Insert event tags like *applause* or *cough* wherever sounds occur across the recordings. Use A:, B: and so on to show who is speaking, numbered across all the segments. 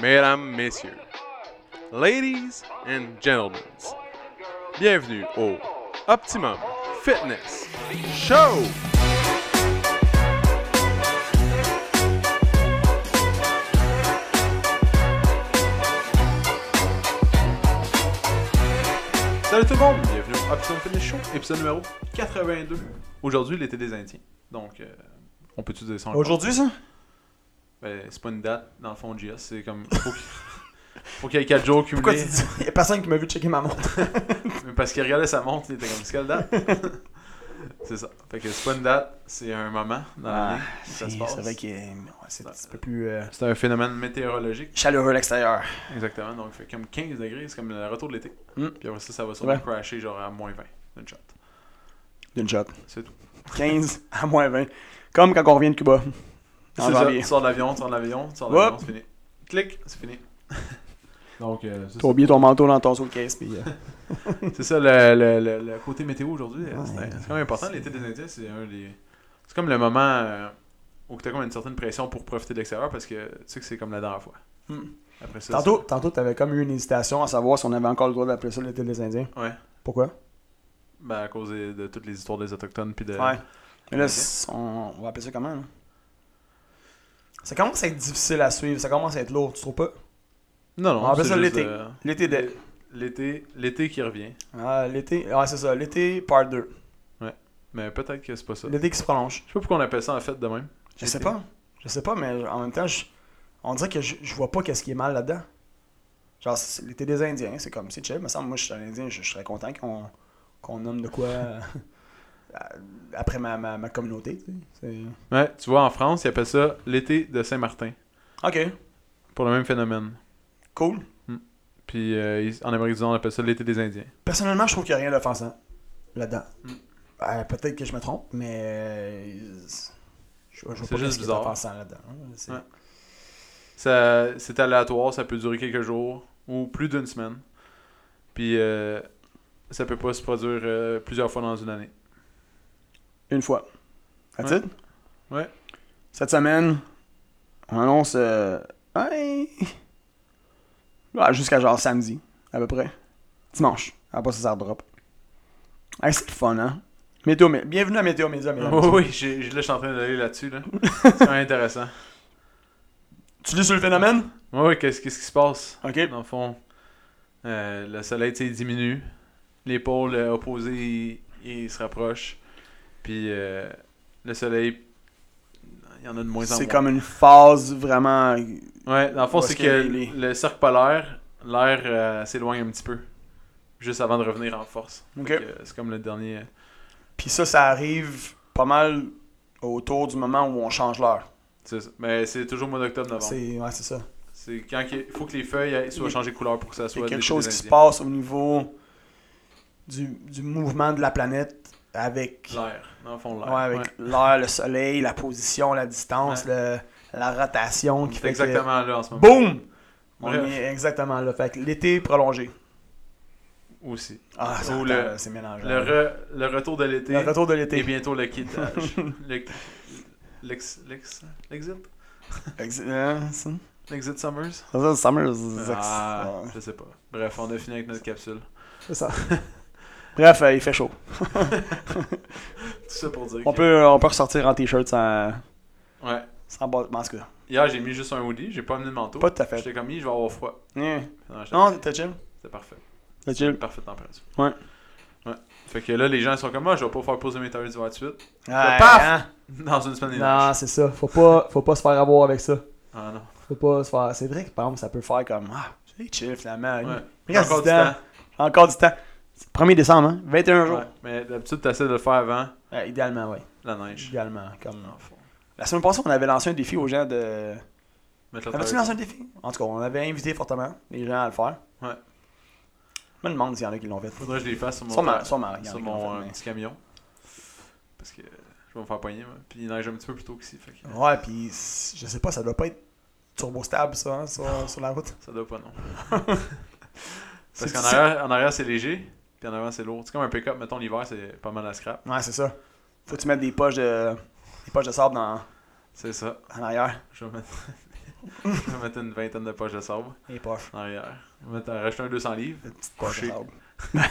A: mesdames, messieurs, ladies and gentlemen, bienvenue au Optimum Fitness Show! Salut tout le monde, bienvenue au Optimum Fitness Show, épisode numéro 82. Aujourd'hui, l'été des Indiens. Donc, euh, on peut-tu dire ça encore?
B: Aujourd'hui, ça?
A: Ben, c'est pas une date, dans le fond, JS. C'est comme. Faut qu'il faut qu'il *laughs* y ait 4 jours
B: Pourquoi
A: cumulés.
B: tu dis *laughs* ça? Il y a personne qui m'a vu checker ma montre.
A: Mais Parce qu'il regardait sa montre, il était comme, c'est quelle date *laughs* C'est ça. Fait que c'est pas une date, c'est un moment dans l'année. où Ah, ça se
B: Ah, c'est
A: passe.
B: c'est vrai que euh, c'est un petit peu plus euh,
A: C'est un phénomène météorologique.
B: chaleureux à l'extérieur.
A: Exactement. Donc, il fait comme 15 degrés, c'est comme le retour de l'été.
B: Mm.
A: Puis après ça, ça va sûrement
B: Ouais.
A: crasher genre à moins 20. Une shot.
B: D'une shot.
A: C'est tout.
B: 15 à moins 20. Comme quand on revient de Cuba. En
A: C'est ça.
B: janvier.
A: Tu sors de l'avion, tu sors de l'avion, tu sors de
B: Hop.
A: l'avion, c'est fini. Clic, c'est fini. *laughs* Donc, euh, ça,
B: T'as oublié ton manteau dans ton suitcase. Puis, euh,
A: *laughs* C'est ça le, le- le- le côté météo aujourd'hui. euh,
B: Ouais,
A: c'est c'est quand même important.
B: c'est-
A: L'été des Indiens, c'est un des. C'est comme le moment euh, où tu as comme une certaine pression pour profiter de l'extérieur parce que tu sais que c'est comme la dernière fois.
B: Hmm.
A: Après ça.
B: tantôt, tantôt, t'avais comme eu une hésitation à savoir si on avait encore le droit d'appeler ça l'été des Indiens.
A: c'est- Ouais.
B: Pourquoi?
A: Ben, à cause de, de toutes les histoires des Autochtones. Puis de...
B: Mais là, c'est- on, on va appeler ça comment? là? Ça commence à être difficile à suivre. Ça commence à être lourd, tu trouves pas?
A: Non, non.
B: On appelle
A: c'est
B: Ah, ben ça
A: juste,
B: l'été.
A: euh,
B: L'été de...
A: L'été l'été qui revient.
B: Ah, l'été... Ouais, c'est ça. L'été part 2.
A: Mais peut-être que c'est pas ça. Je
B: L'été qui se prolonge.
A: sais pas pourquoi on appelle ça en fait de même.
B: Je sais pas. Je sais pas, mais en même temps, je- on dirait que je, je vois pas qu'est-ce qui est mal là-dedans. Genre, c'est l'été des Indiens, c'est comme, c'est chill, me semble, moi, je suis un Indien, je, je serais content qu'on qu'on nomme de quoi euh, à- après ma, ma, ma communauté, tu sais. C'est-
A: Ouais, tu vois, en France, ils appellent ça l'été de Saint-Martin.
B: Ok,
A: Pour le même phénomène.
B: cool.
A: Puis euh, ils- en Amérique du Nord, on appelle ça l'été des Indiens.
B: Personnellement, je trouve qu'il n'y a rien d'offensant là-dedans.
A: Mm.
B: Euh, Peut-être que je me trompe, mais euh, je, je vois pas
A: C'est
B: qu'est-ce
A: juste
B: qui est
A: bizarre.
B: offensant là-dedans. hein. C'est-
A: Ouais. Ça- c'est aléatoire, ça peut durer quelques jours ou plus d'une semaine. Puis euh, ça peut pas se produire euh, plusieurs fois dans une année.
B: Une fois. That's
A: Ouais.
B: it?
A: Ouais.
B: Cette semaine, on annonce. euh, ouais. Ouais, Jusqu'à genre samedi, à peu près. Dimanche. Après ça, ça drop. Hey, c'est le fun, hein? Météo, Mé- Bienvenue à Météo Média, mesdames.
A: *laughs* oui, oui, j'ai- j'ai- là, je suis en train d'aller là-dessus. Là. *laughs* c'est quand même intéressant.
B: Tu lis sur le phénomène?
A: Oui, oui, qu'est-ce qu'est-ce qui se passe
B: Ok.
A: Dans le fond, euh, le soleil tu sais, il diminue, les pôles euh, opposés ils, ils se rapprochent, puis euh, le soleil, il y en a de moins en moins.
B: C'est comme une phase vraiment.
A: Ouais, dans le fond,
B: Où
A: c'est
B: est-ce
A: que,
B: que les-
A: le cercle polaire, l'air euh, s'éloigne un petit peu. Juste avant de revenir en force. Fait
B: Ok.
A: que euh, C'est comme le dernier.
B: Puis ça, ça arrive pas mal autour du moment où on change l'heure.
A: c'est ça. Mais c'est toujours au mois d'octobre, novembre.
B: C'est ouais, c'est ça.
A: C'est quand il faut que les feuilles aillent- soient
B: Il-
A: changées de couleur pour que ça
B: Il y
A: soit.
B: a quelque
A: l'été
B: chose
A: des
B: qui se
A: Indiens.
B: passe au niveau du, du mouvement de la planète avec,
A: L'air. Dans le fond, l'air.
B: ouais, avec
A: Ouais.
B: l'air, le soleil, la position, la distance, le- la rotation qui
A: C'est
B: fait
A: exactement là en ce
B: que...
A: moment.
B: Boum! On
A: Bref.
B: est exactement là. Fait que l'été prolongé.
A: Aussi.
B: Ah, ça
A: Ou
B: attend,
A: le-
B: là, c'est mélangé.
A: Le, re- Eh le retour de l'été.
B: Le retour de
A: Et
B: l'été.
A: bientôt le
B: *laughs*
A: quittage. Le- l'ex- l'ex- L'exit
B: Ex- euh, ça-
A: L'exit Summers
B: ça, ça, summer, ça,
A: Ah,
B: ça,
A: Je sais pas. Bref, on a fini avec notre capsule.
B: C'est ça. *laughs* Bref, euh, il fait chaud.
A: Tout ça pour dire
B: On
A: que-
B: peut, on peut ressortir en t-shirt sans,
A: Ouais.
B: sans bas. En tout cas,
A: Hier, j'ai mis juste un hoodie, j'ai pas amené de manteau.
B: pas tout à fait.
A: J'étais comme, Hi, Oh, je vais avoir froid.
B: Yeah.
A: Non, j'étais-
B: Non, t'es chill.
A: C'était parfait.
B: T'es chill.
A: Parfaite température.
B: Ouais.
A: Ouais. Fait que là, les gens sont comme moi, je vais pas faire poser mes tarifs d'hiver tout de suite. *laughs*
B: Ouais,
A: paf!
B: hein?
A: Dans une semaine et
B: Non, c'est ça. Faut pas, faut pas se faire avoir avec ça.
A: Ah non.
B: Faut pas se faire. C'est vrai que par exemple, ça peut faire comme Ah, c'est chill finalement.
A: Ouais.
B: Il reste
A: Encore
B: du temps. Encore du temps. C'est le 1er décembre, hein? 21 jours.
A: Ouais. Mais d'habitude, t'essaies de le faire avant
B: Ouais, idéalement, oui.
A: la neige.
B: Idéalement. Comme...
A: En fond.
B: La semaine passée, on avait lancé un défi aux gens de.
A: Mettre le
B: Avais-tu
A: tarif.
B: lancé un défi En tout cas, on avait invité fortement les gens à le faire.
A: Ouais.
B: Je me demande s'il y en a qui l'ont fait.
A: Faudrait que je les fasse sur mon,
B: Sûrement, sûrement. il y en a
A: sur
B: qui
A: mon
B: l'ont
A: euh,
B: fait, mais-
A: petit camion. Parce que je vais me faire poigner. moi. Puis il neige un petit peu plus tôt qu'ici. Fait que
B: Ouais, puis c- je sais pas, ça doit pas être turbo stable ça, hein, sur, sur la route.
A: ça doit pas, *laughs* non. Parce
B: C'est-
A: qu'en
B: c'est-
A: arrière, en arrière, c'est léger. Puis en avant, c'est lourd. C'est comme un pick-up. Mettons, l'hiver, c'est pas mal à scrap.
B: Ouais, c'est ça. Faut que tu mettes des poches de, des poches de sable dans,
A: C'est ça.
B: en arrière.
A: Je vais mettre- *laughs* Je vais mettre une vingtaine de poches de sable
B: Et pof.
A: en arrière. Je vais mettre- rajouter un 200 livres.
B: Une petite poche de
A: Couché.
B: sable.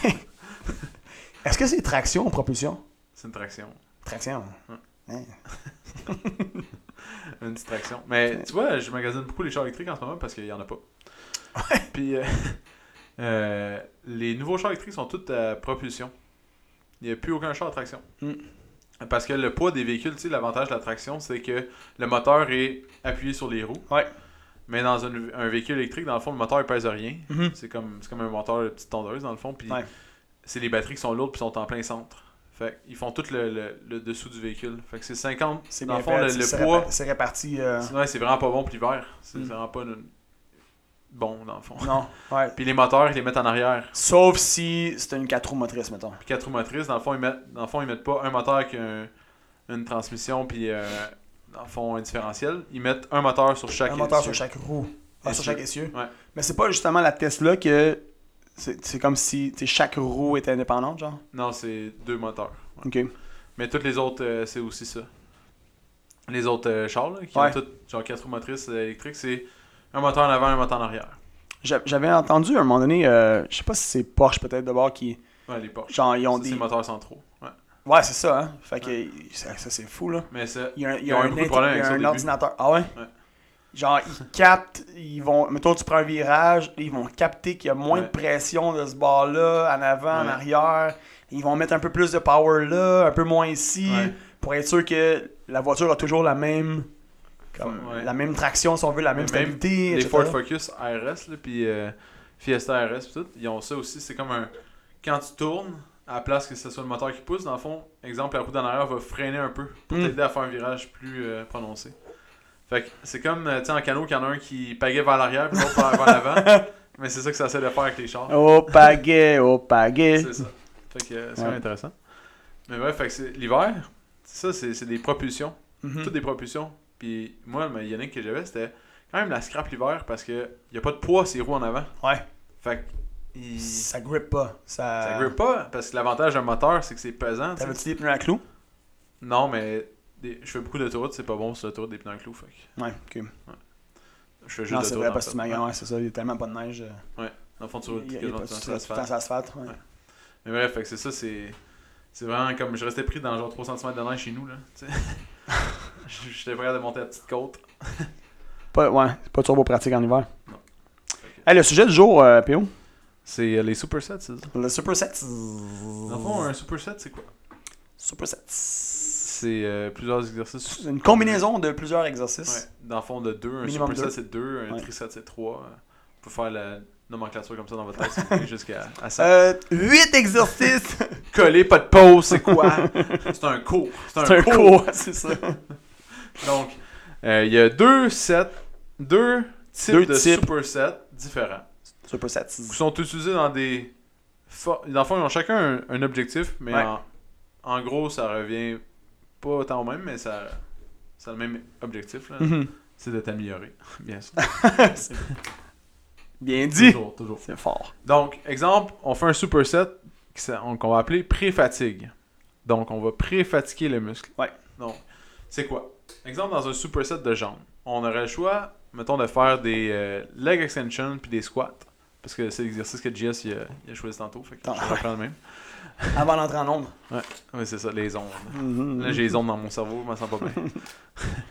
B: *laughs* Est-ce que c'est traction ou propulsion
A: C'est une traction.
B: Traction.
A: Hmm.
B: Hein.
A: Une petite traction. Mais tu vois, je magasine beaucoup les chars électriques en ce moment parce qu'il n'y en a pas. *laughs* Puis, euh, euh, les nouveaux chars électriques sont tous à propulsion. Il n'y a plus aucun char à traction.
B: Mm.
A: Parce que le poids des véhicules, tu sais, l'avantage de la traction, c'est que le moteur est appuyé sur les roues.
B: Ouais.
A: Mais dans un, un véhicule électrique, dans le fond, le moteur ne pèse rien.
B: Mhm.
A: C'est comme, c'est comme un moteur de petite tondeuse, dans le fond. Puis
B: Ouais.
A: c'est les batteries qui sont lourdes puis sont en plein centre. Fait qu'ils font tout le, le- le dessous du véhicule. Fait que c'est 50.
B: C'est
A: dans
B: bien
A: le fond,
B: fait,
A: le-
B: c'est-
A: le
B: c'est
A: poids.
B: répa- C'est réparti. euh,
A: Sinon, c'est vraiment pas bon pour l'hiver. C'est
B: Mm.
A: vraiment pas une- bon, dans le fond. *laughs*
B: Non, ouais.
A: Puis les moteurs, ils les mettent en arrière.
B: Sauf si c'est une 4 roues motrices, mettons.
A: Puis quatre roues motrices, dans le fond, ils mettent, dans le fond, ils mettent pas un moteur avec un- une transmission, puis euh, dans le fond, un différentiel. Ils mettent un moteur sur chaque.
B: un moteur
A: essieu.
B: sur chaque roue. Ah, sur
A: Essieu.
B: chaque essieu.
A: Ouais.
B: Mais c'est pas justement la Tesla que c'est c'est comme si tu sais, chaque roue était indépendante, genre.
A: Non, c'est deux moteurs. Ouais.
B: Ok.
A: Mais toutes les autres, euh, c'est aussi ça. Les autres euh, chars, là, qui
B: Ouais.
A: ont toutes, genre quatre roues motrices euh, électriques, c'est un moteur en avant, un moteur en arrière.
B: J'a- J'avais entendu à un moment donné, euh, je sais pas si c'est Porsche peut-être d'abord qui.
A: Ouais, les Porsche.
B: Genre, ils ont
A: Ça,
B: des.
A: C'est les moteurs centraux. Ouais.
B: Ouais, c'est ça, hein. Fait que ça, ça, c'est fou, là.
A: Mais ça,
B: Il y a un, il y
A: Ils
B: a
A: ont eu
B: un,
A: beaucoup de
B: int-
A: problèmes
B: il y a
A: avec ça au
B: un
A: début.
B: ordinateur. Ah ouais?
A: Ouais.
B: Genre, ils captent, ils vont. Mettons, tu prends un virage, ils vont capter qu'il y a moins
A: Ouais.
B: de pression de ce bord-là, en avant, en
A: Ouais.
B: arrière. Ils vont mettre un peu plus de power là, un peu moins ici,
A: Ouais.
B: pour être sûr que la voiture a toujours la même. Comme,
A: Ouais.
B: La même traction, si on veut, la même
A: Même
B: stabilité.
A: les
B: etc.
A: Ford Focus RS là, puis euh, Fiesta RS pis tout, ils ont ça aussi, c'est comme un quand tu tournes à la place que ce soit le moteur qui pousse dans le fond, exemple la roue d'en arrière va freiner un peu pour
B: Mm.
A: t'aider à faire un virage plus euh, prononcé. Fait que c'est comme euh, tu sais en canot qu'il y en a un qui pagaie vers l'arrière puis l'autre vers vers
B: *laughs*
A: l'avant, mais c'est ça que ça essaie de faire avec les chars.
B: Au pagaie, au pagaie.
A: C'est ça. Fait que euh, c'est
B: Ouais.
A: vraiment intéressant. Mais bref, fait que c'est l'hiver, ça c'est c'est des propulsions
B: Mhm.
A: toutes des propulsions. Puis moi, le Yannick que j'avais, c'était quand même la scrap l'hiver parce que y a pas de poids ces roues en avant.
B: Ouais.
A: Fait que il- ça
B: Ça grippe pas. Ça,
A: grippe pas parce que l'avantage d'un moteur, c'est que c'est pesant. tu sais.
B: T'avais-tu des pneus à clous?
A: Non, mais des- je fais beaucoup d'autoroutes, c'est pas bon sur l'autoroute des pneus en clous. Fait que
B: Ouais, ok.
A: je fais juste
B: Non, c'est
A: d'autoroute,
B: vrai,
A: en
B: parce que
A: fait.
B: tu m'as ouais, c'est ça, il y a tellement pas de neige. euh.
A: Dans le fond, tu roules
B: Il y a- il y a
A: quasiment tout
B: pas-
A: le temps
B: tu
A: sur
B: te- tout le temps
A: l'asphalte.
B: sur l'asphalte. ouais.
A: Ouais. Mais bref, fait que c'est ça, c'est. C'est vraiment comme je restais pris dans genre 3 cm de neige chez nous là. tu
B: *laughs*
A: sais. Je- J'étais prêt à monter la petite côte.
B: Pas, ouais, c'est pas turbo pratique en hiver.
A: Non.
B: Hey, le sujet du jour, euh, PO,
A: C'est euh, les supersets, c'est ça.
B: le superset.
A: Dans le fond, un superset, c'est quoi
B: Superset.
A: C'est euh, plusieurs exercices.
B: Une combinaison de plusieurs exercices.
A: Ouais, dans le fond, de deux. Un
B: Minimum
A: superset,
B: deux.
A: c'est deux. Un
B: Ouais.
A: triset, c'est trois. Euh, Vous pouvez faire la nomenclature comme ça dans
B: *laughs*
A: votre tête si vous voulez, jusqu'à à ça.
B: Euh, huit exercices!
A: Coller, pas de pause, c'est quoi *laughs* C'est un cours. *laughs* C'est *laughs* un,
B: C'est un
A: cours.
B: cours, c'est ça.
A: Donc, euh, il y a deux sets, deux types
B: Deux
A: de
B: types.
A: supersets différents.
B: Superset.
A: Ils
B: *laughs*
A: sont utilisés dans des. for- Dans le fond, ils ont chacun un, un objectif, mais
B: Ouais.
A: en, en gros, ça revient pas autant au même, mais ça, ça a le même objectif. là.
B: Mhm.
A: C'est de t'améliorer, *laughs* bien sûr.
B: Bien dit!
A: Toujours, toujours.
B: C'est fort.
A: Donc, exemple, on fait un superset qui s'a- on- qu'on va appeler pré-fatigue. Donc, on va pré-fatiguer le muscle.
B: Ouais.
A: Donc, c'est quoi Exemple, dans un superset de jambes, on aurait le choix, mettons, de faire des euh, leg extensions puis des squats. Parce que c'est l'exercice que JS il a, il a choisi tantôt. Fait que
B: Ah.
A: je vais reprendre le même.
B: Avant d'entrer en nombre.
A: Oui, c'est ça, les ondes.
B: Mhm.
A: Là, j'ai les ondes dans mon cerveau, je m'en sens pas bien. *laughs*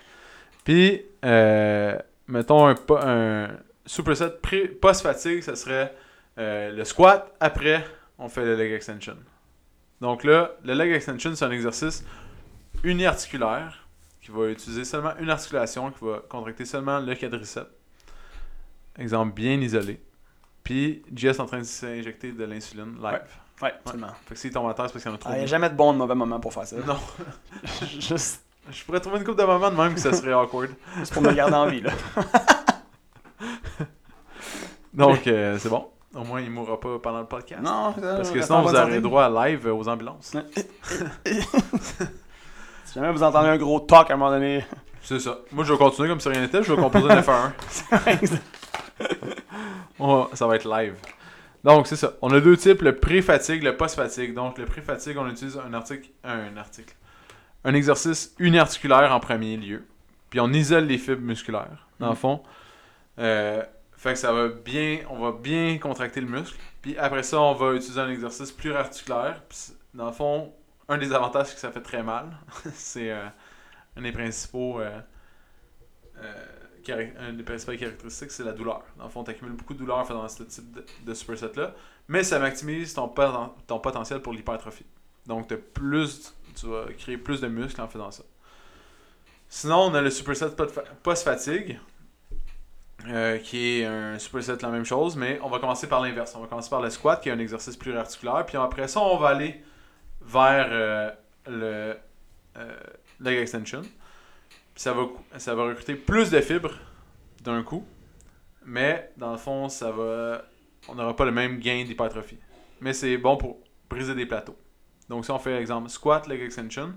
A: Puis, euh, mettons un, po- un superset pré- post-fatigue, ça serait euh, le squat. Après, on fait le leg extension. Donc là, le leg extension, c'est un exercice uniarticulaire qui va utiliser seulement une articulation, qui va contracter seulement le quadriceps. Exemple bien isolé. Puis, JS est en train de s'injecter de l'insuline live.
B: Ouais, absolument. Ah,
A: Fait que s'il tombe à terre, c'est parce qu'il y en a trop.
B: Il n'y a jamais de bon de mauvais moment pour faire ça.
A: Non.
B: *laughs* Juste
A: Je pourrais trouver une coupe de moments de même que ça
B: *laughs*
A: serait awkward.
B: juste pour me garder en vie, là.
A: Donc, euh, c'est bon. Au moins, il mourra pas pendant le podcast.
B: Non,
A: Parce que sinon, vous aurez droit à live euh, aux ambulances.
B: Si jamais vous entendez un gros talk à un
A: *laughs*
B: moment donné, *laughs*
A: C'est ça. Moi, je vais continuer comme si rien n'était. Je vais composer un F1. *laughs* On va- ça va être live. Donc, c'est ça. On a deux types, le pré-fatigue, le post-fatigue. Donc, le pré-fatigue, on utilise un article, un article. Un exercice uniarticulaire en premier lieu. Puis on isole les fibres musculaires. dans le fond. Euh, fait que ça va bien, on va bien contracter le muscle. Puis après ça, on va utiliser un exercice pluriarticulaire. Puis c'est- dans le fond, un des avantages, c'est que ça fait très mal. *laughs* c'est euh, un des principaux. euh, euh, charac- un des principales caractéristiques, c'est la douleur. Dans le fond, tu accumules beaucoup de douleur en faisant ce type de, de superset-là, mais ça maximise ton, poten- ton potentiel pour l'hypertrophie. Donc, t'as plus, tu vas créer plus de muscles en faisant ça. Sinon, on a le superset pot- post-fatigue, euh, qui est un superset la même chose, mais on va commencer par l'inverse. On va commencer par le squat, qui est un exercice pluriarticulaire, puis après ça, on va aller vers euh, le euh, leg extension. Puis ça va, cou- ça va recruter plus de fibres d'un coup, mais dans le fond, ça va, on n'aura pas le même gain d'hypertrophie. Mais c'est bon pour briser des plateaux. Donc si on fait exemple squat, leg extension,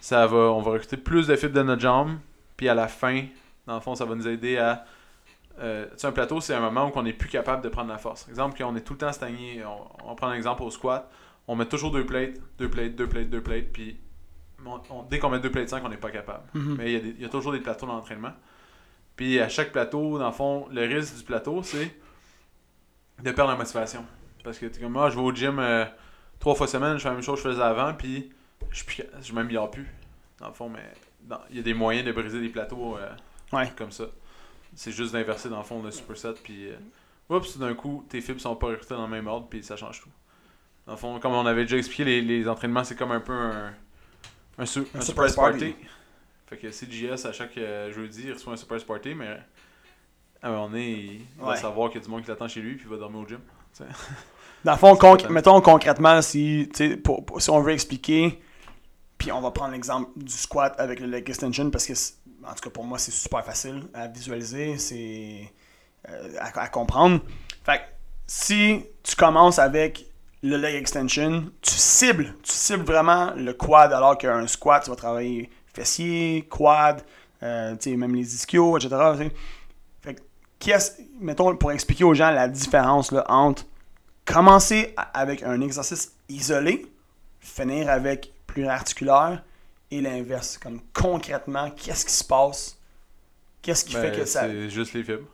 A: ça va, on va recruter plus de fibres de notre jambe, puis à la fin, dans le fond, ça va nous aider à... euh, tu sais, un plateau, c'est un moment où on n'est plus capable de prendre la force. Exemple, qu'on est tout le temps stagné. On, on prend l'exemple au squat. On met toujours deux plates, deux plates, deux plates, deux plates, puis on- on- dès qu'on met deux plates 5, on n'est pas capable.
B: Mhm.
A: Mais il y a des- il y, a toujours des plateaux d'entraînement. Puis à chaque plateau, dans le fond, le risque du plateau, c'est de perdre la motivation. Parce que t'es comme moi, je vais au gym euh, trois fois semaine, je fais la même chose que je faisais avant, puis je, suis plus- je m'améliore plus. Dans le fond, mais dans- il y a des moyens de briser des plateaux euh,
B: Ouais.
A: comme ça. C'est juste d'inverser dans le fond le superset, puis euh, oups, d'un coup, tes fibres sont pas recrutées dans le même ordre, puis ça change tout. Dans le fond, comme on avait déjà expliqué, les, les entraînements, c'est comme un peu un, un, su-
B: Un
A: un
B: surprise
A: surprise party.
B: party.
A: Fait que CGS, à chaque euh, jeudi, il reçoit un surprise party, mais à un moment donné, il va
B: Ouais.
A: savoir qu'il y a du monde qui l'attend chez lui, puis il va dormir au gym.
B: Dans le fond, conc-
A: Totalement.
B: mettons concrètement, si, tu sais, pour- pour- si on veut expliquer, puis on va prendre l'exemple du squat avec le leg extension parce que, c'est- en tout cas pour moi, c'est super facile à visualiser, c'est euh, à, à comprendre. Fait que si tu commences avec le leg extension, tu cibles, tu cibles vraiment le quad alors qu'un squat, tu vas travailler fessier, quad, euh, tu sais, même les ischios, etc. tu sais. Fait que, qu'est-ce- mettons, pour expliquer aux gens la différence là, entre commencer a- avec un exercice isolé, finir avec pluriarticulaire et l'inverse. Comme concrètement, qu'est-ce qui se passe? Qu'est-ce qui
A: Ben,
B: fait que ça...
A: C'est juste les fibres.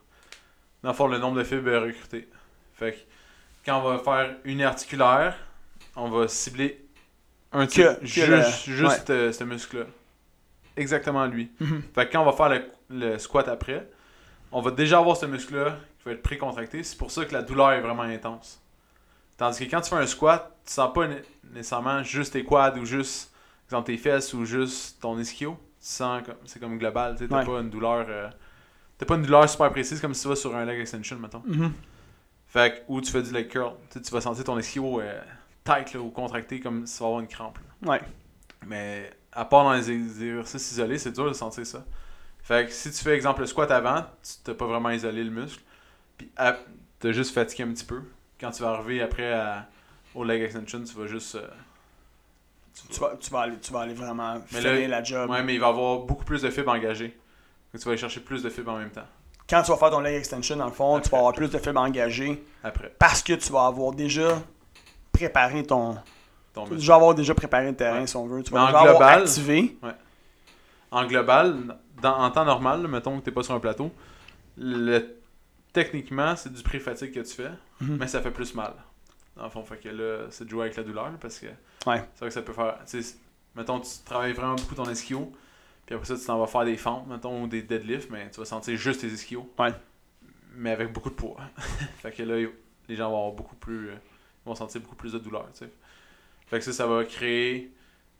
A: Dans le fond, le nombre de fibres recrutées. Fait que quand on va faire une articulaire, on va cibler un type,
B: Que- que
A: ju-
B: le-
A: juste euh, ce muscle-là. Exactement lui.
B: Mhm.
A: Fait que quand on va faire le, le squat après, on va déjà avoir ce muscle-là qui va être précontracté. C'est pour ça que la douleur est vraiment intense. Tandis que quand tu fais un squat, tu sens pas né- nécessairement juste tes quads ou juste exemple, tes fesses ou juste ton ischio. Tu sens comme c'est comme global, tu sais, t'as
B: Ouais.
A: pas une douleur euh, t'as pas une douleur super précise comme si tu vas sur un leg extension mettons.
B: Mhm.
A: Fait que ou tu fais du leg curl, tu sais, tu vas sentir ton ischio euh, tight là, ou contracté comme si tu vas avoir une crampe. là.
B: Ouais.
A: Mais à part dans les exercices isolés, c'est dur de sentir ça. Fait que si tu fais exemple le squat avant, tu t'as pas vraiment isolé le muscle. Puis à- t'as juste fatigué un petit peu. Quand tu vas arriver après à- au leg extension, tu vas juste. euh,
B: Tu vas, tu vas aller, tu vas aller vraiment
A: Mais là,
B: finir la job.
A: Ouais, mais il va avoir beaucoup plus de fibres engagées. Donc, tu vas aller chercher plus de fibres en même temps.
B: Quand tu vas faire ton leg extension, dans le fond, tu
A: Après.
B: vas avoir plus de fibres engagées
A: Après,
B: parce que tu vas avoir déjà préparé ton.
A: ton
B: Tu vas
A: muscle.
B: déjà avoir déjà préparé le terrain,
A: Ouais.
B: si on veut. Tu
A: Mais
B: vas
A: en
B: déjà avoir
A: global-
B: activé.
A: En global, dans, en temps normal, là, mettons que t'es pas sur un plateau, le- techniquement, c'est du pré-fatigue que tu fais,
B: Mhm.
A: mais ça fait plus mal. Dans le fond, fait que là, c'est de jouer avec la douleur là, parce que
B: Ouais.
A: c'est vrai que ça peut faire. tu sais, Mettons, tu travailles vraiment beaucoup ton ischio, puis après ça, tu t'en vas faire des fentes, mettons, ou des deadlifts, mais tu vas sentir juste tes ischios.
B: Ouais.
A: Mais avec beaucoup de poids. *laughs* fait que là, les gens vont avoir beaucoup plus. euh, vont sentir beaucoup plus de douleur, tu sais. Fait que ça, ça va créer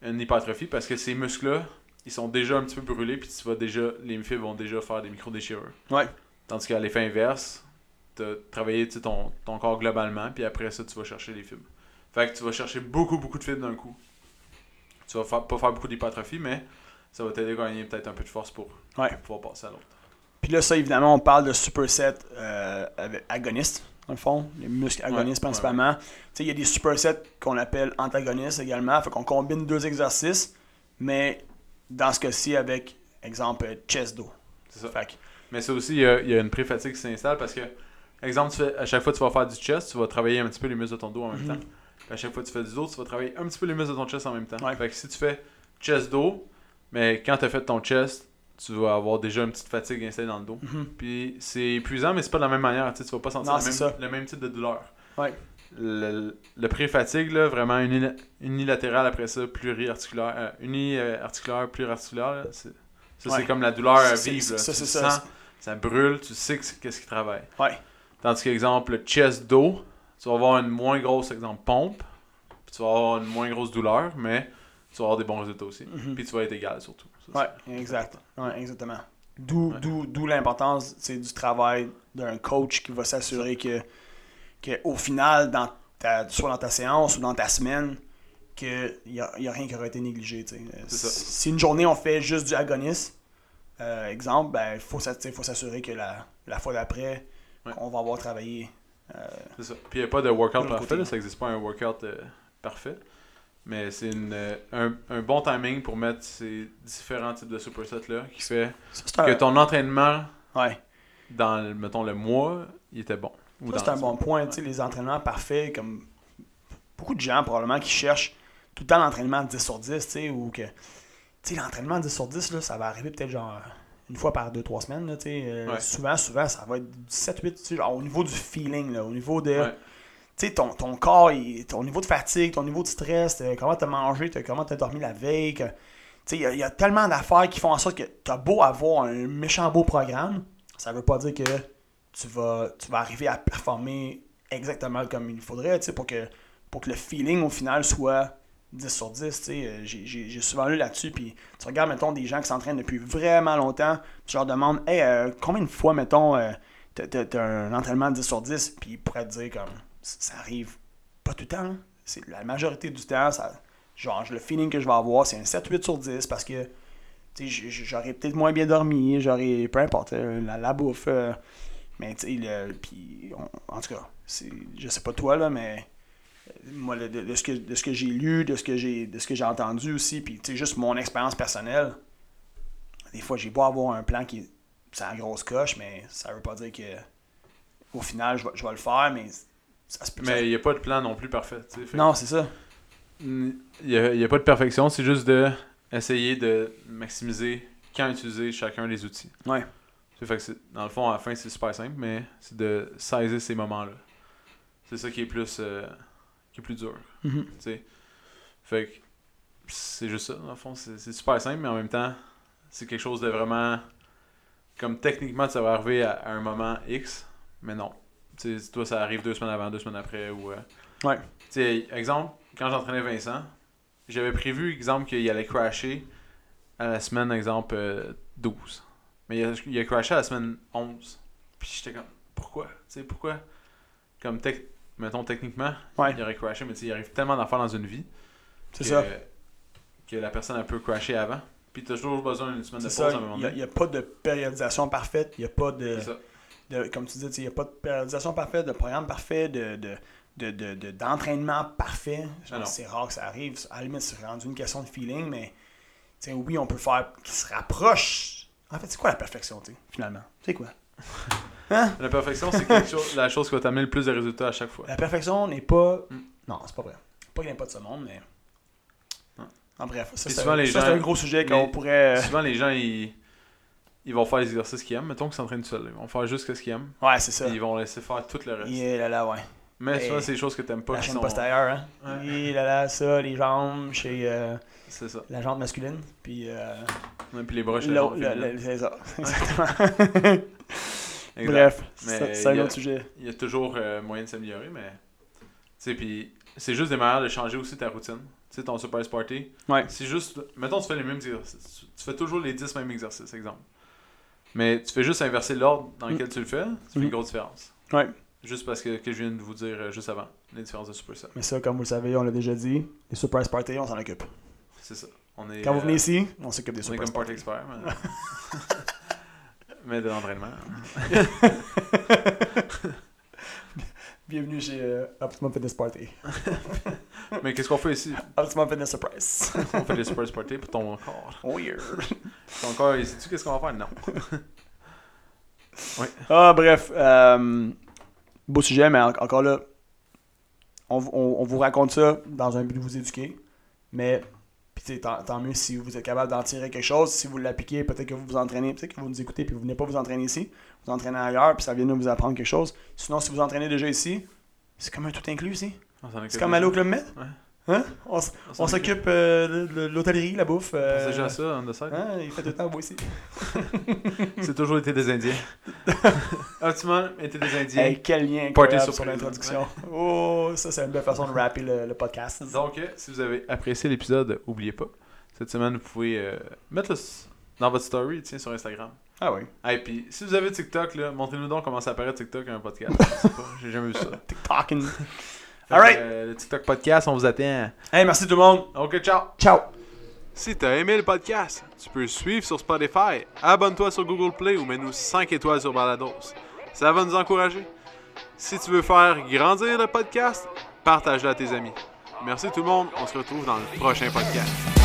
A: une hypertrophie parce que ces muscles-là, ils sont déjà un petit peu brûlés, puis tu vas déjà. les fibres vont déjà faire des micro-déchirures.
B: Ouais.
A: Tandis qu'à l'effet inverse, t'as travaillé tu sais, ton, ton corps globalement, puis après ça, tu vas chercher les fibres. Fait que tu vas chercher beaucoup, beaucoup de fibres d'un coup. Tu vas fa- pas faire beaucoup d'hypertrophie, mais ça va t'aider à gagner peut-être un peu de force pour
B: Ouais.
A: pouvoir passer à l'autre.
B: Puis là, ça, évidemment, on parle de supersets euh, avec- agonistes, dans le fond, les muscles agonistes
A: Ouais, ouais,
B: principalement. Tu sais, il y a des supersets qu'on appelle antagonistes également. Fait qu'on combine deux exercices, mais dans ce cas-ci, avec, exemple, euh, chest dos.
A: C'est ça.
B: Fait que
A: Mais ça aussi, il y a, il y a une pré-fatigue qui s'installe parce que, exemple, tu fais- à chaque fois que tu vas faire du chest, tu vas travailler un petit peu les muscles de ton dos en même
B: Mhm.
A: temps. Puis à chaque fois que tu fais du dos, tu vas travailler un petit peu les muscles de ton chest en même temps.
B: Ouais.
A: Fait que si tu fais chest-dos, mais quand tu as fait ton chest, tu vas avoir déjà une petite fatigue installée dans le dos.
B: Mhm.
A: Puis c'est épuisant, mais c'est pas de la même manière. Tu sais, tu vas pas sentir
B: Non,
A: le,
B: c'est
A: même,
B: ça.
A: le même type de douleur.
B: Ouais.
A: Le, le pré-fatigue, là, vraiment unila- unilatéral après ça, pluriarticulaire, euh, uniarticulaire, pluriarticulaire. là, c'est- ça, c'est
B: Ouais.
A: comme la douleur à
B: C'est-
A: vivre.
B: c'est-
A: là.
B: ça,
A: Tu
B: c'est
A: le
B: ça.
A: sens, ça brûle, tu sais que c'est- qu'est-ce qui travaille.
B: Ouais.
A: Tandis qu'exemple, le chest dos, tu vas avoir une moins grosse, exemple, pompe, puis tu vas avoir une moins grosse douleur, mais tu vas avoir des bons résultats aussi.
B: Mhm.
A: Puis tu vas être égal surtout. Ça,
B: Ouais, exact. Ouais, exactement. D'où,
A: Ouais.
B: d'où, d'où l'importance c'est du travail d'un coach qui va s'assurer que, que au final, dans ta, soit dans ta séance ou dans ta semaine, qu'il n'y a, y a rien qui aurait été négligé. tu sais. Euh,
A: C'est ça.
B: Si une journée on fait juste du agonisme, euh, exemple, ben, il faut, s'a- tu sais, faut s'assurer que la, la fois d'après,
A: Ouais.
B: on va avoir travaillé. euh,
A: C'est ça. Puis il n'y a pas de workout
B: De l'autre
A: parfait,
B: côté.
A: là, ça n'existe pas un workout euh, parfait. Mais c'est une, euh, un, un bon timing pour mettre ces différents types de supersets-là qui fait
B: ça, c'est un,
A: que ton entraînement
B: ouais.
A: dans, le- mettons, le mois, il était bon. Ou
B: Ça,
A: dans
B: c'est un
A: la
B: bon point, tu sais, les entraînements parfaits, comme beaucoup de gens probablement qui cherchent tout le temps l'entraînement 10 sur 10, tu sais, ou que, tu sais, l'entraînement 10 sur 10, là, ça va arriver peut-être genre une fois par 2-3 semaines, là, tu sais, euh,
A: Ouais.
B: souvent, souvent, ça va être 7-8, tu sais, genre au niveau du feeling, là, au niveau de,
A: Ouais.
B: tu sais, ton, ton corps, il- ton niveau de fatigue, ton niveau de stress, euh, comment t'as mangé, t'as- comment t'as dormi la veille, que- tu sais, il y a- il y, a tellement d'affaires qui font en sorte que t'as beau avoir un méchant beau programme, ça veut pas dire que tu vas, tu vas arriver à performer exactement comme il faudrait, tu sais, pour que, pour que le feeling au final soit 10 sur 10, tu sais, euh, j'ai- j'ai j'ai souvent lu là-dessus, puis tu regardes, mettons, des gens qui s'entraînent depuis vraiment longtemps, puis tu leur demandes, hey, euh, combien de fois, mettons, euh, t'as- t'as t'as un entraînement 10 sur 10, puis ils pourraient te dire, comme, ça arrive pas tout le temps, hein. c'est la majorité du temps, ça, genre, le feeling que je vais avoir, c'est un 7-8 sur 10, parce que, tu sais, j- j- j'aurais peut-être moins bien dormi, j'aurais, peu importe, euh, la, la bouffe, euh, mais tu sais, le- puis, on- en tout cas, c'est- je sais pas toi, là, mais euh, moi, le- de, de ce que, de ce que j'ai lu, de ce que j'ai de ce que j'ai entendu aussi, puis tu sais, juste mon expérience personnelle, des fois, j'ai beau avoir un plan qui c'est la grosse coche, mais ça veut pas dire que au final, je vais, je vais le faire, mais ça se peut. ça-
A: Mais il n'y a pas de plan non plus parfait. tu sais. Fait que-
B: non, c'est ça.
A: Il n'y a, Mm, y a pas de perfection, c'est juste de essayer de maximiser quand utiliser chacun des outils.
B: Ouais.
A: Ça fait que c'est- dans le fond, à la fin, c'est super simple, mais c'est de saisir ces moments-là. C'est ça qui est plus, euh, qui est plus dur. tu sais. Fait que c'est juste ça, dans le fond. C'est c'est super simple, mais en même temps, c'est quelque chose de vraiment. Comme techniquement, ça va arriver à, à un moment X, mais non. Tu sais, toi, ça arrive deux semaines avant, deux semaines après. Ou, euh,
B: Ouais.
A: Tu sais, exemple, quand j'entraînais Vincent, j'avais prévu, exemple, qu'il allait crasher à la semaine, exemple, euh, 12. Mais il a, il a crashé à la semaine 11. Puis j'étais comme, pourquoi Tu sais, pourquoi Comme, tec- mettons, techniquement,
B: Ouais.
A: il aurait crashé, mais tu sais, il arrive tellement d'affaires dans une vie
B: C'est
A: que,
B: ça.
A: que la personne a peu crasher avant. Puis t'as toujours besoin d'une semaine de
B: C'est
A: pause
B: ça.
A: à un moment
B: Il
A: donné.
B: n'y a, pas de périodisation parfaite. Il n'y a pas de,
A: C'est ça.
B: de- Comme tu dis, il n'y a pas de périodisation parfaite, de programme parfait, de. de de- de- de- d'entraînement parfait. Genre,
A: Ah non.
B: C'est rare que ça arrive. À la limite, c'est rendu une question de feeling, mais tu sais, oui, on peut faire qui se rapproche. En fait, c'est quoi la perfection, tu sais, finalement? C'est quoi? Hein?
A: La perfection, c'est quelque chose, la chose qui va t'amener le plus de résultats à chaque fois.
B: La perfection n'est pas.
A: Mm.
B: Non, c'est pas vrai. Pas qu'il n'y ait pas de ce monde, mais.
A: Non.
B: En bref, ça,
A: Mm. Puis
B: c'est
A: souvent, les
B: ça, c'est
A: gens-
B: un gros sujet qu'on
A: les- *laughs*
B: pourrait. euh,
A: Souvent, les gens, ils, ils vont faire les exercices qu'ils aiment. Mettons qu'ils s'entraînent tout seuls. Ils vont faire juste ce qu'ils aiment.
B: Ouais, c'est ça.
A: Puis ils vont laisser faire tout le reste.
B: Il est là, là, ouais.
A: Mais
B: Hey.
A: souvent, c'est les choses que t'aimes pas
B: la
A: qui
B: chaîne
A: sont.
B: postérieure, hein?
A: Ouais.
B: Et là, là, ça, les jambes chez euh,
A: C'est ça.
B: la jambe masculine, puis euh,
A: Ouais, puis les broches, les
B: l'autre,
A: jambes féminines.
B: le- le- c'est ça, *laughs* exactement.
A: Exact.
B: Bref,
A: Mais
B: c'est c'est un
A: il y a-
B: autre sujet.
A: Il y a toujours euh, moyen de s'améliorer, mais. Tu sais, puis c'est juste des manières de changer aussi ta routine. Tu sais, ton super party.
B: Ouais.
A: C'est juste, mettons, tu fais les mêmes exercices. Tu- Tu fais toujours les 10 mêmes exercices, exemple. Mais tu fais juste inverser l'ordre dans lequel tu le fais, tu fais
B: Mm.
A: une grosse différence.
B: Ouais.
A: Juste parce que, que je viens de vous dire euh, juste avant, les différences de Supercell.
B: Mais ça, comme vous le savez, on l'a déjà dit, les surprise parties, on s'en occupe.
A: C'est ça. On est,
B: Quand vous
A: euh,
B: venez ici, on s'occupe des
A: on est
B: surprise
A: comme party
B: parties.
A: expert, mais,
B: *laughs*
A: *laughs* mais de l'entraînement.
B: Bienvenue chez euh, Optimum Fitness Party.
A: Mais qu'est-ce qu'on fait ici
B: Optimum
A: *laughs*
B: Fitness Surprise.
A: On fait des Supercell Party pour ton corps.
B: Weird.
A: Ton corps, il sait-tu qu'est-ce qu'on va faire Non.
B: Ah, bref. euh, beau sujet, mais en- encore là, on, vous- on- on vous raconte ça dans un but de vous éduquer. Mais, puis Puis tu sais, tant, tant mieux si vous êtes capable d'en tirer quelque chose. Si vous l'appliquez, peut-être que vous vous entraînez, peut-être que vous nous écoutez, puis vous venez pas vous entraîner ici, vous entraînez ailleurs, puis ça vient de vous apprendre quelque chose. Sinon, si vous entraînez déjà ici, c'est comme un tout inclus ici.
A: On s'en
B: C'est
A: occupe
B: comme
A: déjà.
B: aller au Club Med.
A: Ouais.
B: Hein? On, s-
A: On s'en
B: on s'occupe euh, de de l'hôtellerie, la bouffe.
A: On
B: euh,
A: pense déjà à ça, on the side.
B: hein, Il fait tout le temps beau ici.
A: *laughs* C'est toujours été des
B: *laughs*
A: Indiens. Ultimement, été des Indiens.
B: Hey, quel lien
A: Party
B: incroyable sur
A: surprise.
B: l'introduction. Oh, ça, c'est une belle façon de rapper le, le podcast.
A: Donc, euh, si vous avez apprécié l'épisode, oubliez pas, cette semaine, vous pouvez euh, mettre le s- dans votre story, tiens, sur Instagram.
B: Ah oui.
A: Ah, et puis, si vous avez TikTok, là, montrez-nous donc comment ça apparaît TikTok à un podcast. Je sais pas, j'ai jamais vu
B: *laughs*
A: ça. Fait
B: TikToking.
A: que,
B: Alright.
A: euh, le TikTok podcast, on vous attend.
B: Hey, merci tout le monde.
A: Ok, ciao!
B: Ciao.
A: Si t'as aimé le podcast, tu peux le suivre sur Spotify, abonne-toi sur Google Play ou mets-nous 5 étoiles sur Balados. Ça va nous encourager. Si tu veux faire grandir le podcast, partage-le à tes amis. Merci tout le monde, on se retrouve dans le prochain podcast.